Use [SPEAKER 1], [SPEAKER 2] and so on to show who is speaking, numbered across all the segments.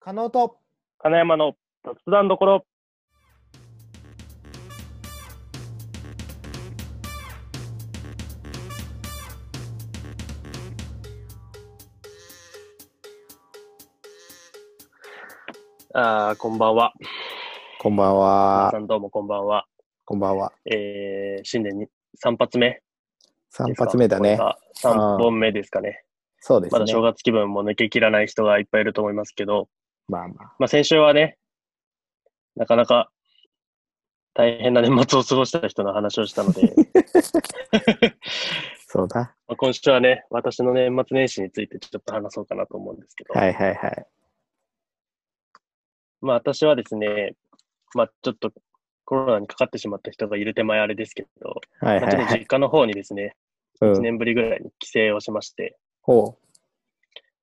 [SPEAKER 1] 加納と
[SPEAKER 2] 金山の雑談どころ。ああ、こんばんは。
[SPEAKER 1] こんばん
[SPEAKER 2] 皆
[SPEAKER 1] は
[SPEAKER 2] さんどうもこんばんは。
[SPEAKER 1] こんばんは
[SPEAKER 2] えー、新年に3発目
[SPEAKER 1] 3発目だね
[SPEAKER 2] 3本目ですかね。
[SPEAKER 1] そうです
[SPEAKER 2] まだ
[SPEAKER 1] ね
[SPEAKER 2] 正月気分も抜けきらない人がいっぱいいると思いますけど、
[SPEAKER 1] まあまあ
[SPEAKER 2] まあ、先週はね、なかなか大変な年末を過ごした人の話をした ので、
[SPEAKER 1] そうだ
[SPEAKER 2] まあ今週はね、私の年末年始についてちょっと話そうかなと思うんですけど、
[SPEAKER 1] はいはいはい
[SPEAKER 2] まあ、私はですね、まあ、ちょっとコロナにかかってしまった人がいる手前あれですけど、
[SPEAKER 1] はい
[SPEAKER 2] まあ
[SPEAKER 1] は
[SPEAKER 2] ち
[SPEAKER 1] い
[SPEAKER 2] ょっと
[SPEAKER 1] はい
[SPEAKER 2] 実家の方にですね、
[SPEAKER 1] う
[SPEAKER 2] 1
[SPEAKER 1] ん
[SPEAKER 2] 年ぶりぐらいに帰省をしまして、
[SPEAKER 1] ほ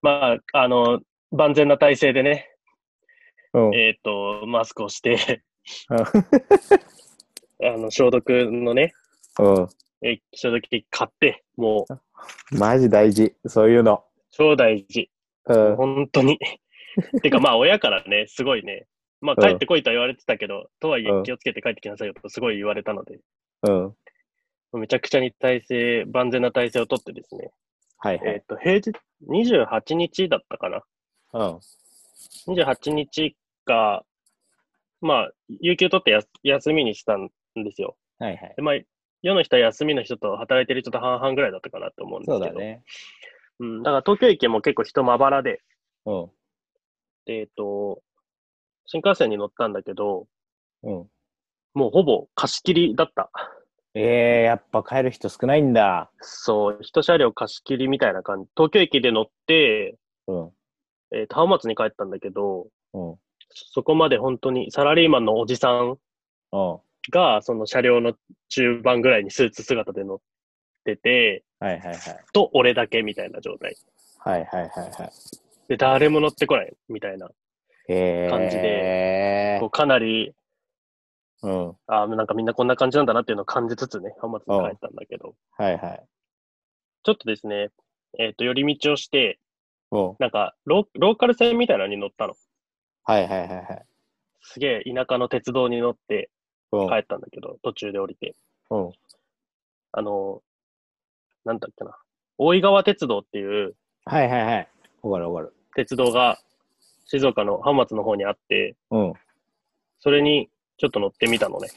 [SPEAKER 2] まあ、あの、万全な体制でね、
[SPEAKER 1] ううん
[SPEAKER 2] えっ、と、マスクをして、
[SPEAKER 1] うん
[SPEAKER 2] あの、消毒のね、
[SPEAKER 1] うん
[SPEAKER 2] えー消毒液買って、もう、
[SPEAKER 1] マジ大事そういうの
[SPEAKER 2] 超大事。
[SPEAKER 1] うん
[SPEAKER 2] 本当に。 てか、まあ、親からね、すごいね、まあ、
[SPEAKER 1] うん
[SPEAKER 2] 帰ってこいとは言われてたけど、とはいえ
[SPEAKER 1] うん、
[SPEAKER 2] 気をつけて帰ってきなさいよと、すごい言われたので、
[SPEAKER 1] うん
[SPEAKER 2] めちゃくちゃに体制、万全な体制をとってですね、
[SPEAKER 1] はいは
[SPEAKER 2] え
[SPEAKER 1] い
[SPEAKER 2] っ、と、平日、28日だったかな。
[SPEAKER 1] うん
[SPEAKER 2] 28日が、まあ、有給取ってやす休みにしたんですよ。
[SPEAKER 1] はいはい
[SPEAKER 2] で、まあ、世の人は休みの人と働いてる人と半々ぐらいだったかなと思うんで
[SPEAKER 1] そ
[SPEAKER 2] す
[SPEAKER 1] う
[SPEAKER 2] けど。
[SPEAKER 1] だね
[SPEAKER 2] うん、だから東京駅も結構人まばらで、
[SPEAKER 1] うん
[SPEAKER 2] でえっと、新幹線に乗ったんだけど、
[SPEAKER 1] うん
[SPEAKER 2] もうほぼ貸し切りだった。
[SPEAKER 1] えー、やっぱ帰る人少ないんだ
[SPEAKER 2] そう、一車両貸し切りみたいな感じ。東京駅で乗って、
[SPEAKER 1] うん
[SPEAKER 2] えっと、浜松に帰ったんだけど、
[SPEAKER 1] うん
[SPEAKER 2] そこまで本当にサラリーマンのおじさん
[SPEAKER 1] うん
[SPEAKER 2] が、その車両の中盤ぐらいにスーツ姿で乗ってて、
[SPEAKER 1] はいはいはい
[SPEAKER 2] と俺だけみたいな状態。
[SPEAKER 1] はいはいはいはい
[SPEAKER 2] で、誰も乗ってこないみたいな。
[SPEAKER 1] えー、
[SPEAKER 2] 感じ
[SPEAKER 1] で
[SPEAKER 2] こうかなり、
[SPEAKER 1] うんは
[SPEAKER 2] あーなんかみんなこんな感じなんだなっていうのを感じつつね、浜松に帰ったんだけど、
[SPEAKER 1] いはい
[SPEAKER 2] ちょっとですね、えっ、と、寄り道をして、
[SPEAKER 1] うん
[SPEAKER 2] なんかロ、ローカル線みたいなのに乗ったの。
[SPEAKER 1] はいはいはいはい
[SPEAKER 2] すげえ田舎の鉄道に乗って
[SPEAKER 1] うん
[SPEAKER 2] 帰ったんだけど、途中で降りて。
[SPEAKER 1] うん
[SPEAKER 2] あのー、なんだっけな。大井川鉄道っていう
[SPEAKER 1] はいはいはい。わかるわかる。
[SPEAKER 2] 鉄道が静岡の浜松の方にあって、
[SPEAKER 1] うん。
[SPEAKER 2] それにちょっと乗ってみたのね。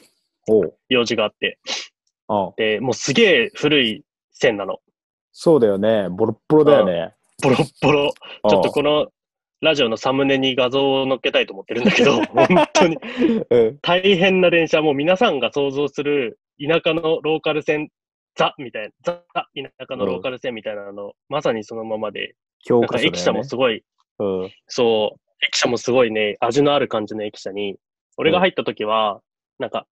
[SPEAKER 1] おう。
[SPEAKER 2] 用事があって。
[SPEAKER 1] あ
[SPEAKER 2] で、もうすげえ古い線なの。
[SPEAKER 1] そうだよね。ボロッボロだよね。
[SPEAKER 2] ボロッボロ。
[SPEAKER 1] うん
[SPEAKER 2] ちょっとこのラジオのサムネに画像を載っけたいと思ってるんだ けど、本当に
[SPEAKER 1] うん。
[SPEAKER 2] 大変な電車、もう皆さんが想像する田舎のローカル線、ザみたいな、ザ田舎のローカル線みたいなの、まさにそのままで、
[SPEAKER 1] 教
[SPEAKER 2] なん
[SPEAKER 1] 科書
[SPEAKER 2] か
[SPEAKER 1] だよね。
[SPEAKER 2] 駅舎もすごい、
[SPEAKER 1] うん。
[SPEAKER 2] そう、駅舎もすごいね、味のある感じの駅舎に、俺が入った時は、なんか、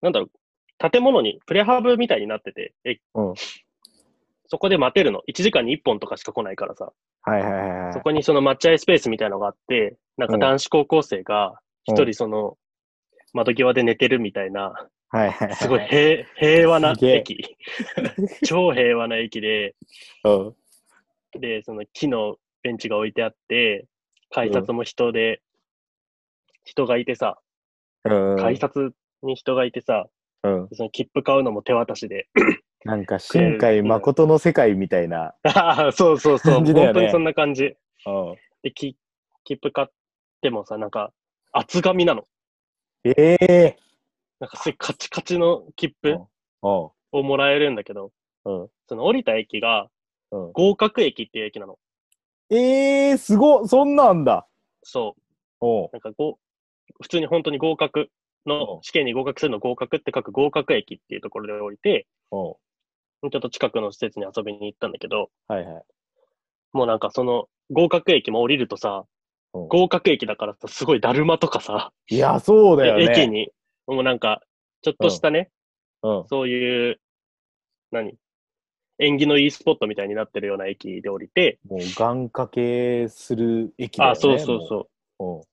[SPEAKER 2] なんだろう、建物にプレハブみたいになってて、え
[SPEAKER 1] うん
[SPEAKER 2] そこで待てるの。1時間に1本とかしか来ないからさ。
[SPEAKER 1] はいはいはいはい。
[SPEAKER 2] そこにその待合スペースみたいのがあって、なんか男子高校生が一
[SPEAKER 1] うん
[SPEAKER 2] 人その窓際で寝てるみたいな、
[SPEAKER 1] はいはいはい。
[SPEAKER 2] すごい平平和な
[SPEAKER 1] すげえ
[SPEAKER 2] 駅。 超平和な駅で、
[SPEAKER 1] うん。
[SPEAKER 2] で、その木のベンチが置いてあって、改札も人で、人がいてさ、
[SPEAKER 1] うん。
[SPEAKER 2] 改札に人がいてさ、
[SPEAKER 1] うん。
[SPEAKER 2] その切符買うのも手渡しで。
[SPEAKER 1] なんか、新海誠の世界みたいな。
[SPEAKER 2] ああそうそうそう、
[SPEAKER 1] 感じだよ
[SPEAKER 2] 本
[SPEAKER 1] ね
[SPEAKER 2] 当にそんな感じ。
[SPEAKER 1] うん。
[SPEAKER 2] で、き切符買ってもさ、なんか厚紙なの。
[SPEAKER 1] ええ
[SPEAKER 2] なんかすごいカチカチの切符
[SPEAKER 1] ー。
[SPEAKER 2] をもらえるんだけど、
[SPEAKER 1] うん。
[SPEAKER 2] その降りた駅が
[SPEAKER 1] うん。うん。
[SPEAKER 2] 合格駅っていう駅なの。
[SPEAKER 1] ええー、すごっそんなんだ。
[SPEAKER 2] そう。
[SPEAKER 1] おう。
[SPEAKER 2] なんかご、普通に本当に合格
[SPEAKER 1] う
[SPEAKER 2] の
[SPEAKER 1] ん、
[SPEAKER 2] 試験に合格するの合格って書く合格駅っていうところで降りて、
[SPEAKER 1] おう。
[SPEAKER 2] ちょっと近くの施設に遊びに行ったんだけど、
[SPEAKER 1] はいはい。
[SPEAKER 2] もうなんかその合格駅も降りるとさ、
[SPEAKER 1] うん
[SPEAKER 2] 合格駅だからさ、すごいだるまとかさ、
[SPEAKER 1] いや、そうだよね。
[SPEAKER 2] 駅。に、もうなんか、ちょっとしたね、
[SPEAKER 1] うん。
[SPEAKER 2] そういう、何縁起のいいスポットみたいになってるような駅で降りて、
[SPEAKER 1] もう、願掛けする駅だよね。
[SPEAKER 2] あ、そうそうそう。っ
[SPEAKER 1] う。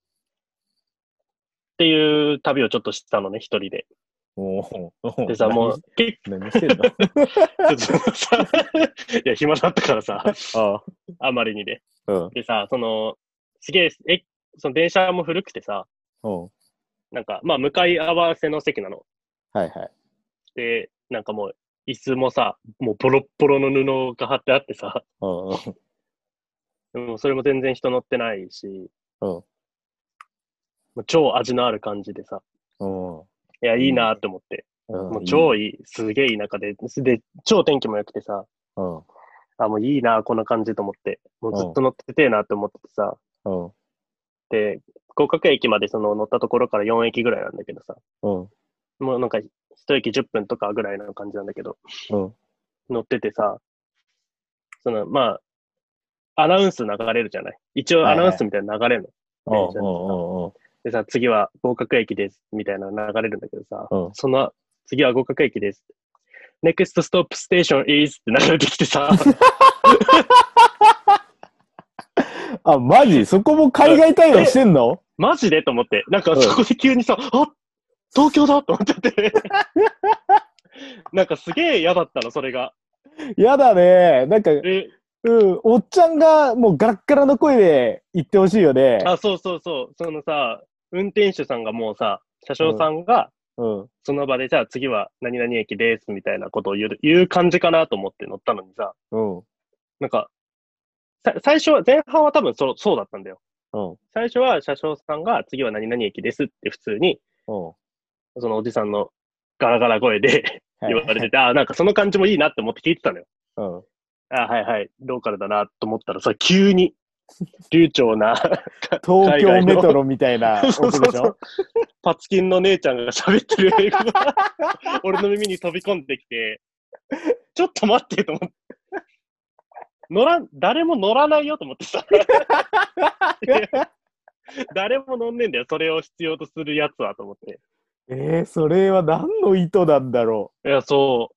[SPEAKER 2] ていう旅をちょっとしたのね、一人で。
[SPEAKER 1] おう。おう。
[SPEAKER 2] でさ、もう、結
[SPEAKER 1] 何。何してんだ
[SPEAKER 2] 構さ、いや、暇だったからさ、
[SPEAKER 1] あ
[SPEAKER 2] あまりにで。
[SPEAKER 1] あ。うん。
[SPEAKER 2] でさ、その、すげえ、えその電車も古くてさ、
[SPEAKER 1] うん。
[SPEAKER 2] なんか、まあ、向かい合わせの席なの。
[SPEAKER 1] はいはい。
[SPEAKER 2] で、なんかもう、椅子もさ、もうボロッボロの布が貼ってあってさ、
[SPEAKER 1] うんうん。
[SPEAKER 2] でもそれも全然人乗ってないし、
[SPEAKER 1] うん
[SPEAKER 2] もう超味のある感じでさ、
[SPEAKER 1] うん
[SPEAKER 2] いや、いいなって思って、
[SPEAKER 1] うん。
[SPEAKER 2] もう超いい、すげえいい中で、で、超天気も良くてさ、
[SPEAKER 1] うん。うん
[SPEAKER 2] あ、もういいな、こんな感じと思って、もうずっと乗っててえなって思っててさ、
[SPEAKER 1] うん。
[SPEAKER 2] で、合格駅までその乗ったところから4駅ぐらいなんだけどさ、
[SPEAKER 1] うん。
[SPEAKER 2] もうなんか一駅10分とかぐらいの感じなんだけど、
[SPEAKER 1] うん
[SPEAKER 2] 乗っててさ、その、まあ、アナウンス流れるじゃない一応アナウンスみたいなの流れるの。
[SPEAKER 1] うん
[SPEAKER 2] 電車
[SPEAKER 1] うんうんうん
[SPEAKER 2] でさ、次は合格駅です、みたいなの流れるんだけどさ、
[SPEAKER 1] うん
[SPEAKER 2] その、次は合格駅です。NEXT STOP STATION IS って流れてきてさ、
[SPEAKER 1] あ、マジそこも海外対応してんの
[SPEAKER 2] マジでと思って、なん
[SPEAKER 1] う
[SPEAKER 2] か
[SPEAKER 1] ん
[SPEAKER 2] そこで急にさ、あ東京だと思っちゃって。なんかすげえ嫌だったの、それが。
[SPEAKER 1] やだね。なんか、
[SPEAKER 2] え、
[SPEAKER 1] うん、おっちゃんがもうガラッガラの声で言ってほしいよね。
[SPEAKER 2] あ、そうそうそう、そのさ、運転手さんがもうさ、車掌さんが、
[SPEAKER 1] うん。
[SPEAKER 2] その場でじゃあ次は何々駅ですみたいなことを言う言う感じかなと思って乗ったのにさ、
[SPEAKER 1] うん。うん。
[SPEAKER 2] なんか、さ最初は、前半は多分そうそうだったんだよ。
[SPEAKER 1] うん。
[SPEAKER 2] 最初は車掌さんが次は何々駅ですって普通に、そのおじさんのガラガラ声で言われてて、ああ、なんかその感じもいいなって思って聞いてたのよ。
[SPEAKER 1] うん。
[SPEAKER 2] ああ、はいはい、ローカルだなと思ったらさ、急に、流暢な
[SPEAKER 1] 東京メトロみたいな
[SPEAKER 2] そう
[SPEAKER 1] 音
[SPEAKER 2] そ
[SPEAKER 1] で
[SPEAKER 2] う
[SPEAKER 1] し
[SPEAKER 2] そ
[SPEAKER 1] ょ
[SPEAKER 2] う。パツキンの姉ちゃんが喋ってる 英語が俺の耳に飛び込んできて、ちょっと待ってと思って。乗らん、誰も乗らないよと思って さ。誰も乗んねえんだよ。それを必要とするやつはと思って。
[SPEAKER 1] えー、それは何の意図なんだろ
[SPEAKER 2] いや、そう。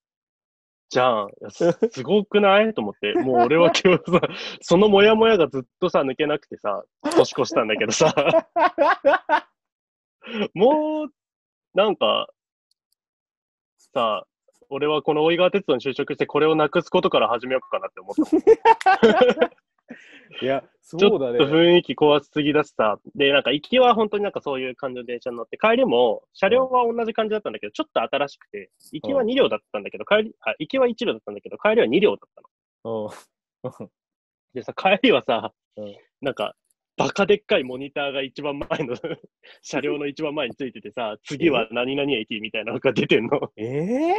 [SPEAKER 2] じゃん。いやすすごくないと思って。もう俺は今日さ、そのモヤモヤがずっとさ、抜けなくてさ、年越したんだけどさ。もう、なんか、さ、俺はこの大井川鉄道に就職して、これをなくすことから始めようかなって思った。
[SPEAKER 1] う。いや、そ
[SPEAKER 2] ちょっと雰囲気壊しすぎだしさ。で、なんか行きは本当になんかそういう感じの電車に乗って、帰りも車両は同じ感じだったんだけど、ちょっと新しくて、行きは2両だったんだけど、帰り、あ、行きは1両だったんだけど、帰りは2両だったの。でさ、帰りはさ、
[SPEAKER 1] うん
[SPEAKER 2] なんか、バカでっかいモニターが一番前の、 車両の一番前についててさ、次は何々駅みたいなのが出てんの。
[SPEAKER 1] ええ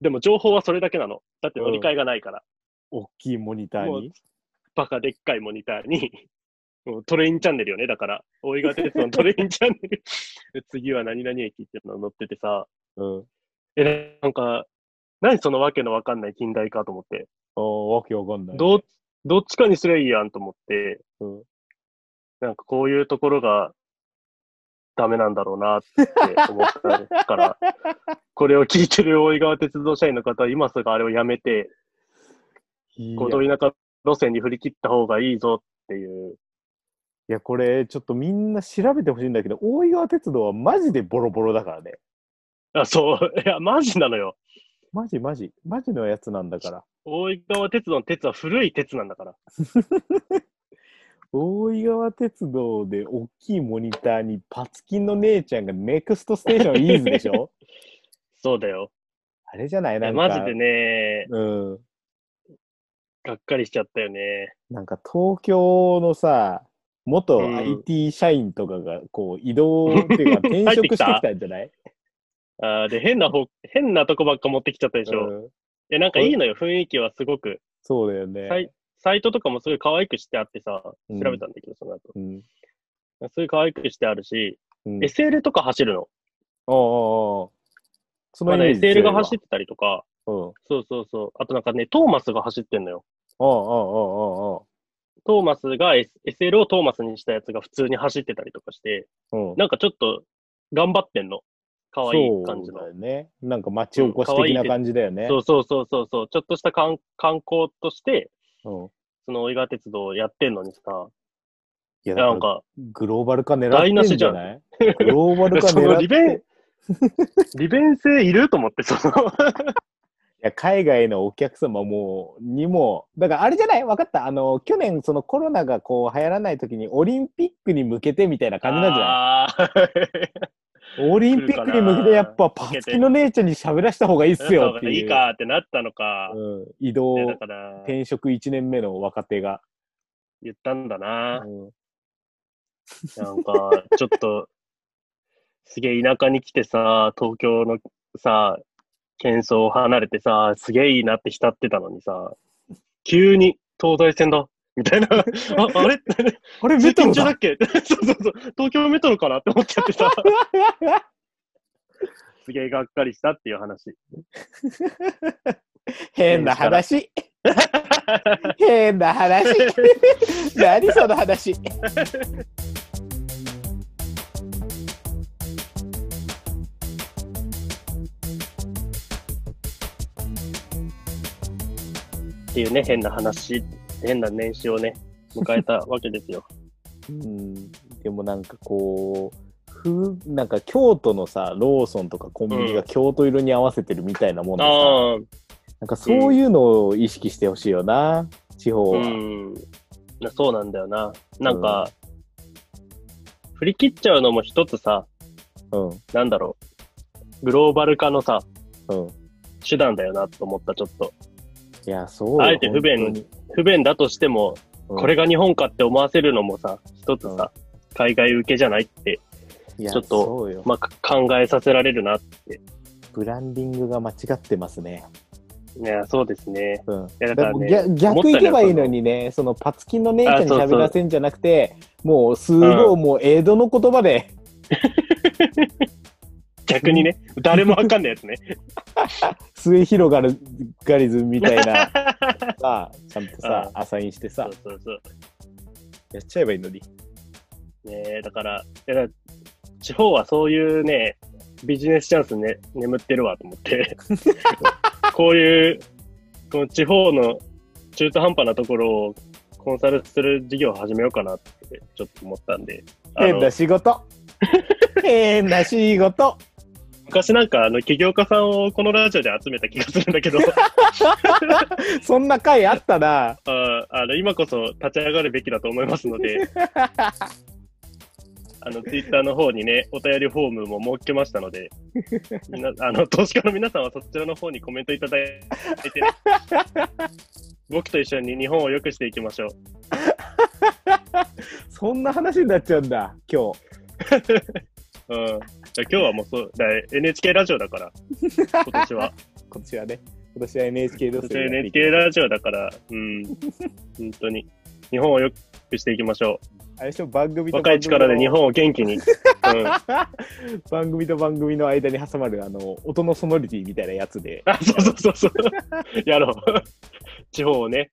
[SPEAKER 2] でも情報はそれだけなの。だって乗り換えがないから。
[SPEAKER 1] 大きいモニター
[SPEAKER 2] もう
[SPEAKER 1] に。
[SPEAKER 2] バカでっかいモニターに、 もうトレインチャンネルよね、だから。大井川鉄道のトレインチャンネル。 で次は何々駅っていうの乗っててさ、
[SPEAKER 1] うん。
[SPEAKER 2] え、なんか、何そのわけのわかんない近代化と思って。
[SPEAKER 1] おわけわかんない。
[SPEAKER 2] どう、どっちかにすりゃいいやんと思って、
[SPEAKER 1] うん
[SPEAKER 2] なんかこういうところがダメなんだろうなって思っ たから、これを聞いてる大井川鉄道社員の方は今すぐあれをやめて、
[SPEAKER 1] いや
[SPEAKER 2] この田舎路線に振り切った方がいいぞっていう。
[SPEAKER 1] いや、これ、ちょっとみんな調べてほしいんだけど、大井川鉄道はマジでボロボロだからね。
[SPEAKER 2] あ、そう。いや、マジなのよ。
[SPEAKER 1] マジマジ。マジのやつなんだから。
[SPEAKER 2] 大井川鉄道の鉄は古い鉄なんだから。
[SPEAKER 1] 大井川鉄道で大きいモニターにパツキンの姉ちゃんがネクストステーションイーズでし ょ
[SPEAKER 2] そうだよ。
[SPEAKER 1] あれじゃない
[SPEAKER 2] い
[SPEAKER 1] な
[SPEAKER 2] や
[SPEAKER 1] んか。
[SPEAKER 2] マジでね、
[SPEAKER 1] うん。
[SPEAKER 2] がっかりしちゃったよね。
[SPEAKER 1] なんか東京のさ、元
[SPEAKER 2] うん
[SPEAKER 1] IT 社員とかがこう移動っていう か転職してきたんじゃない
[SPEAKER 2] あーで、変な方、変なとこばっか持ってきちゃったでしょ。
[SPEAKER 1] うん
[SPEAKER 2] え、なんかいいのよ、雰囲気はすごく。
[SPEAKER 1] そうだよね。
[SPEAKER 2] サイサイトとかもすごい可愛くしてあってさ、
[SPEAKER 1] うん
[SPEAKER 2] 調べたんだけど、その後。
[SPEAKER 1] うん。
[SPEAKER 2] すごい可愛くしてあるし、
[SPEAKER 1] うん、
[SPEAKER 2] SL とか走るの。
[SPEAKER 1] おうおうおうそ
[SPEAKER 2] まだ
[SPEAKER 1] イメージ強
[SPEAKER 2] SL
[SPEAKER 1] いわ
[SPEAKER 2] が走ってたりとか、
[SPEAKER 1] うん。おう
[SPEAKER 2] そうそうそう。あとなんかね、トーマスが走ってんのよ。
[SPEAKER 1] おうおうおうおう
[SPEAKER 2] トーマスが、S、SL をトーマスにしたやつが普通に走ってたりとかして、
[SPEAKER 1] うん、
[SPEAKER 2] なんかちょっと頑張ってんの。可愛い感じの。
[SPEAKER 1] そうだよね。なんか町おこし的な感じだよね。
[SPEAKER 2] そうそうそうそうそう。ちょっとした観観光として、
[SPEAKER 1] うん
[SPEAKER 2] その大井川鉄道をやってんのにさ、
[SPEAKER 1] いや、だ
[SPEAKER 2] なん
[SPEAKER 1] から
[SPEAKER 2] か、
[SPEAKER 1] グローバル化狙ってんじゃないグローバル化
[SPEAKER 2] そ
[SPEAKER 1] 狙
[SPEAKER 2] の
[SPEAKER 1] って
[SPEAKER 2] 利便、利便性いると思って、その、
[SPEAKER 1] や海外のお客様もにも、だからあれじゃない分かった。あの、去年そのコロナがこう流行らない時にオリンピックに向けてみたいな感じなんじゃないオリンピックに向けてやっぱパツキの姉ちゃんに喋らした方がいいっ
[SPEAKER 2] あ
[SPEAKER 1] すよっ
[SPEAKER 2] ー
[SPEAKER 1] て
[SPEAKER 2] い
[SPEAKER 1] いう。
[SPEAKER 2] いかってなったのか。
[SPEAKER 1] うん、移
[SPEAKER 2] ね
[SPEAKER 1] 動、
[SPEAKER 2] だから、
[SPEAKER 1] 転職1年目の若手が。
[SPEAKER 2] 言ったんだな。
[SPEAKER 1] うん
[SPEAKER 2] なんか、ちょっと、すげえ田舎に来てさ、東京のさ、喧騒を離れてさ、すげえいいなって浸ってたのにさ、急に東西線だ、みた いな、あ、あれ
[SPEAKER 1] あ れ、
[SPEAKER 2] 通
[SPEAKER 1] メトロ
[SPEAKER 2] 勤中だ
[SPEAKER 1] だ
[SPEAKER 2] っけそうそうそう、東京メトロかなって思っちゃって さ、すげえがっかりしたっていう話。
[SPEAKER 1] 変な話。変な 話。何その話。
[SPEAKER 2] っていうね、変な話、変な年始をね、迎えたわけですよ。
[SPEAKER 1] うん、でもなんかこう、ふなんか京都のさ、ローソンとかコンビニが京都色に合わせてるみたいなもんでさ、
[SPEAKER 2] ああ、
[SPEAKER 1] なんかそういうのを意識してほしいよな、地方
[SPEAKER 2] う
[SPEAKER 1] は。
[SPEAKER 2] ん。なそうなんだよな。なんか、振り切っちゃうのも一つさ、
[SPEAKER 1] うん、
[SPEAKER 2] なんだろう、グローバル化のさ、
[SPEAKER 1] うん。
[SPEAKER 2] 手段だよなと思った、ちょっと。
[SPEAKER 1] いや、そうよ
[SPEAKER 2] あえて不便
[SPEAKER 1] 本当に
[SPEAKER 2] 不便だとしても、
[SPEAKER 1] うん
[SPEAKER 2] これが日本かって思わせるのもさ、一つさ、海外受けじゃないって、
[SPEAKER 1] いや
[SPEAKER 2] ちょっと
[SPEAKER 1] そうよ、
[SPEAKER 2] まあ、か考えさせられるな。
[SPEAKER 1] ブランディングが間違ってますね。
[SPEAKER 2] ね、そうですね。
[SPEAKER 1] うん、
[SPEAKER 2] やだからね
[SPEAKER 1] 逆逆行けばいいのにね、そのパツキンの姉ちゃんに喋らせんじゃなくて、もうすごいもう江戸の言葉で、
[SPEAKER 2] 逆にね、誰もわかんないやつね。
[SPEAKER 1] 末広がるガリズムみ たいなさ、ちゃんとさ、アサインして
[SPEAKER 2] そ
[SPEAKER 1] さ
[SPEAKER 2] う、そうそう。
[SPEAKER 1] やっちゃえばいいのに。
[SPEAKER 2] ねえ、だから、だから地方はそういうね、ビジネスチャンスね、眠ってるわと思 って。こういう、この地方の中途半端なところをコンサルする事業を始めようかなってちょっと思ったんで。あ
[SPEAKER 1] 変
[SPEAKER 2] の
[SPEAKER 1] な仕 事変な仕事
[SPEAKER 2] 昔なんかあの起業家さんをこのラジオで集めた気がするんだけど、
[SPEAKER 1] そんな回あったな。
[SPEAKER 2] ああの今こそ立ち上がるべきだと思います ので、あのツイッターの方にね、お便りフォームも設けましたので、みんなあの投資家の皆さんはそちらの方にコメントいただいて、 僕と一緒に日本を良くしていきましょう。
[SPEAKER 1] そんな話になっちゃうんだ、今日。
[SPEAKER 2] うん、じゃあ今日はもうそうだ NHK ラジオだから、今 年は。
[SPEAKER 1] 今年はね、今年は NHK どう
[SPEAKER 2] 今
[SPEAKER 1] す
[SPEAKER 2] 年
[SPEAKER 1] る
[SPEAKER 2] は
[SPEAKER 1] やってい
[SPEAKER 2] NHK ラジオだから、うん、本当に日本を良くしていきましょ
[SPEAKER 1] あれでしょ、番組
[SPEAKER 2] う。
[SPEAKER 1] と
[SPEAKER 2] 若い力で日本を元気に。うん
[SPEAKER 1] 番組と番組の間に挟まるあの音のソノリティみたいなやつで
[SPEAKER 2] あ、そうそうそうそう。やろう。地方をね。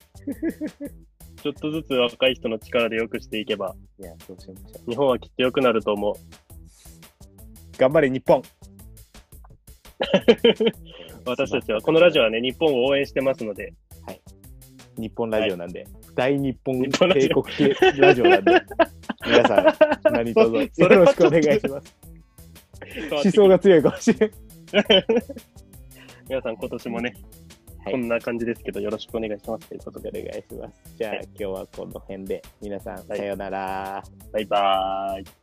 [SPEAKER 2] ちょっとずつ若い人の力で良くしていけば、
[SPEAKER 1] いやそうしましょう
[SPEAKER 2] 日本はきっと良くなると 思う。
[SPEAKER 1] 頑張れ日本
[SPEAKER 2] 私たちは、このラジオはね、日本を応援してますので、
[SPEAKER 1] 日本ラジオなんで、大日本
[SPEAKER 2] 日本ラジ
[SPEAKER 1] 帝
[SPEAKER 2] オ
[SPEAKER 1] 国系ラジオなんで 皆さん何卒
[SPEAKER 2] そそ
[SPEAKER 1] よ
[SPEAKER 2] れは
[SPEAKER 1] ろしくお願いします思想
[SPEAKER 2] が。
[SPEAKER 1] が強いかもしれん
[SPEAKER 2] 皆さん今年もね、
[SPEAKER 1] はい
[SPEAKER 2] こんな感じですけど、よろしくお願いしますということ
[SPEAKER 1] お
[SPEAKER 2] で、
[SPEAKER 1] 願いしますじゃあ、
[SPEAKER 2] はい
[SPEAKER 1] 今日はこの辺で皆さん
[SPEAKER 2] はい
[SPEAKER 1] さようなら、
[SPEAKER 2] バイバーイ。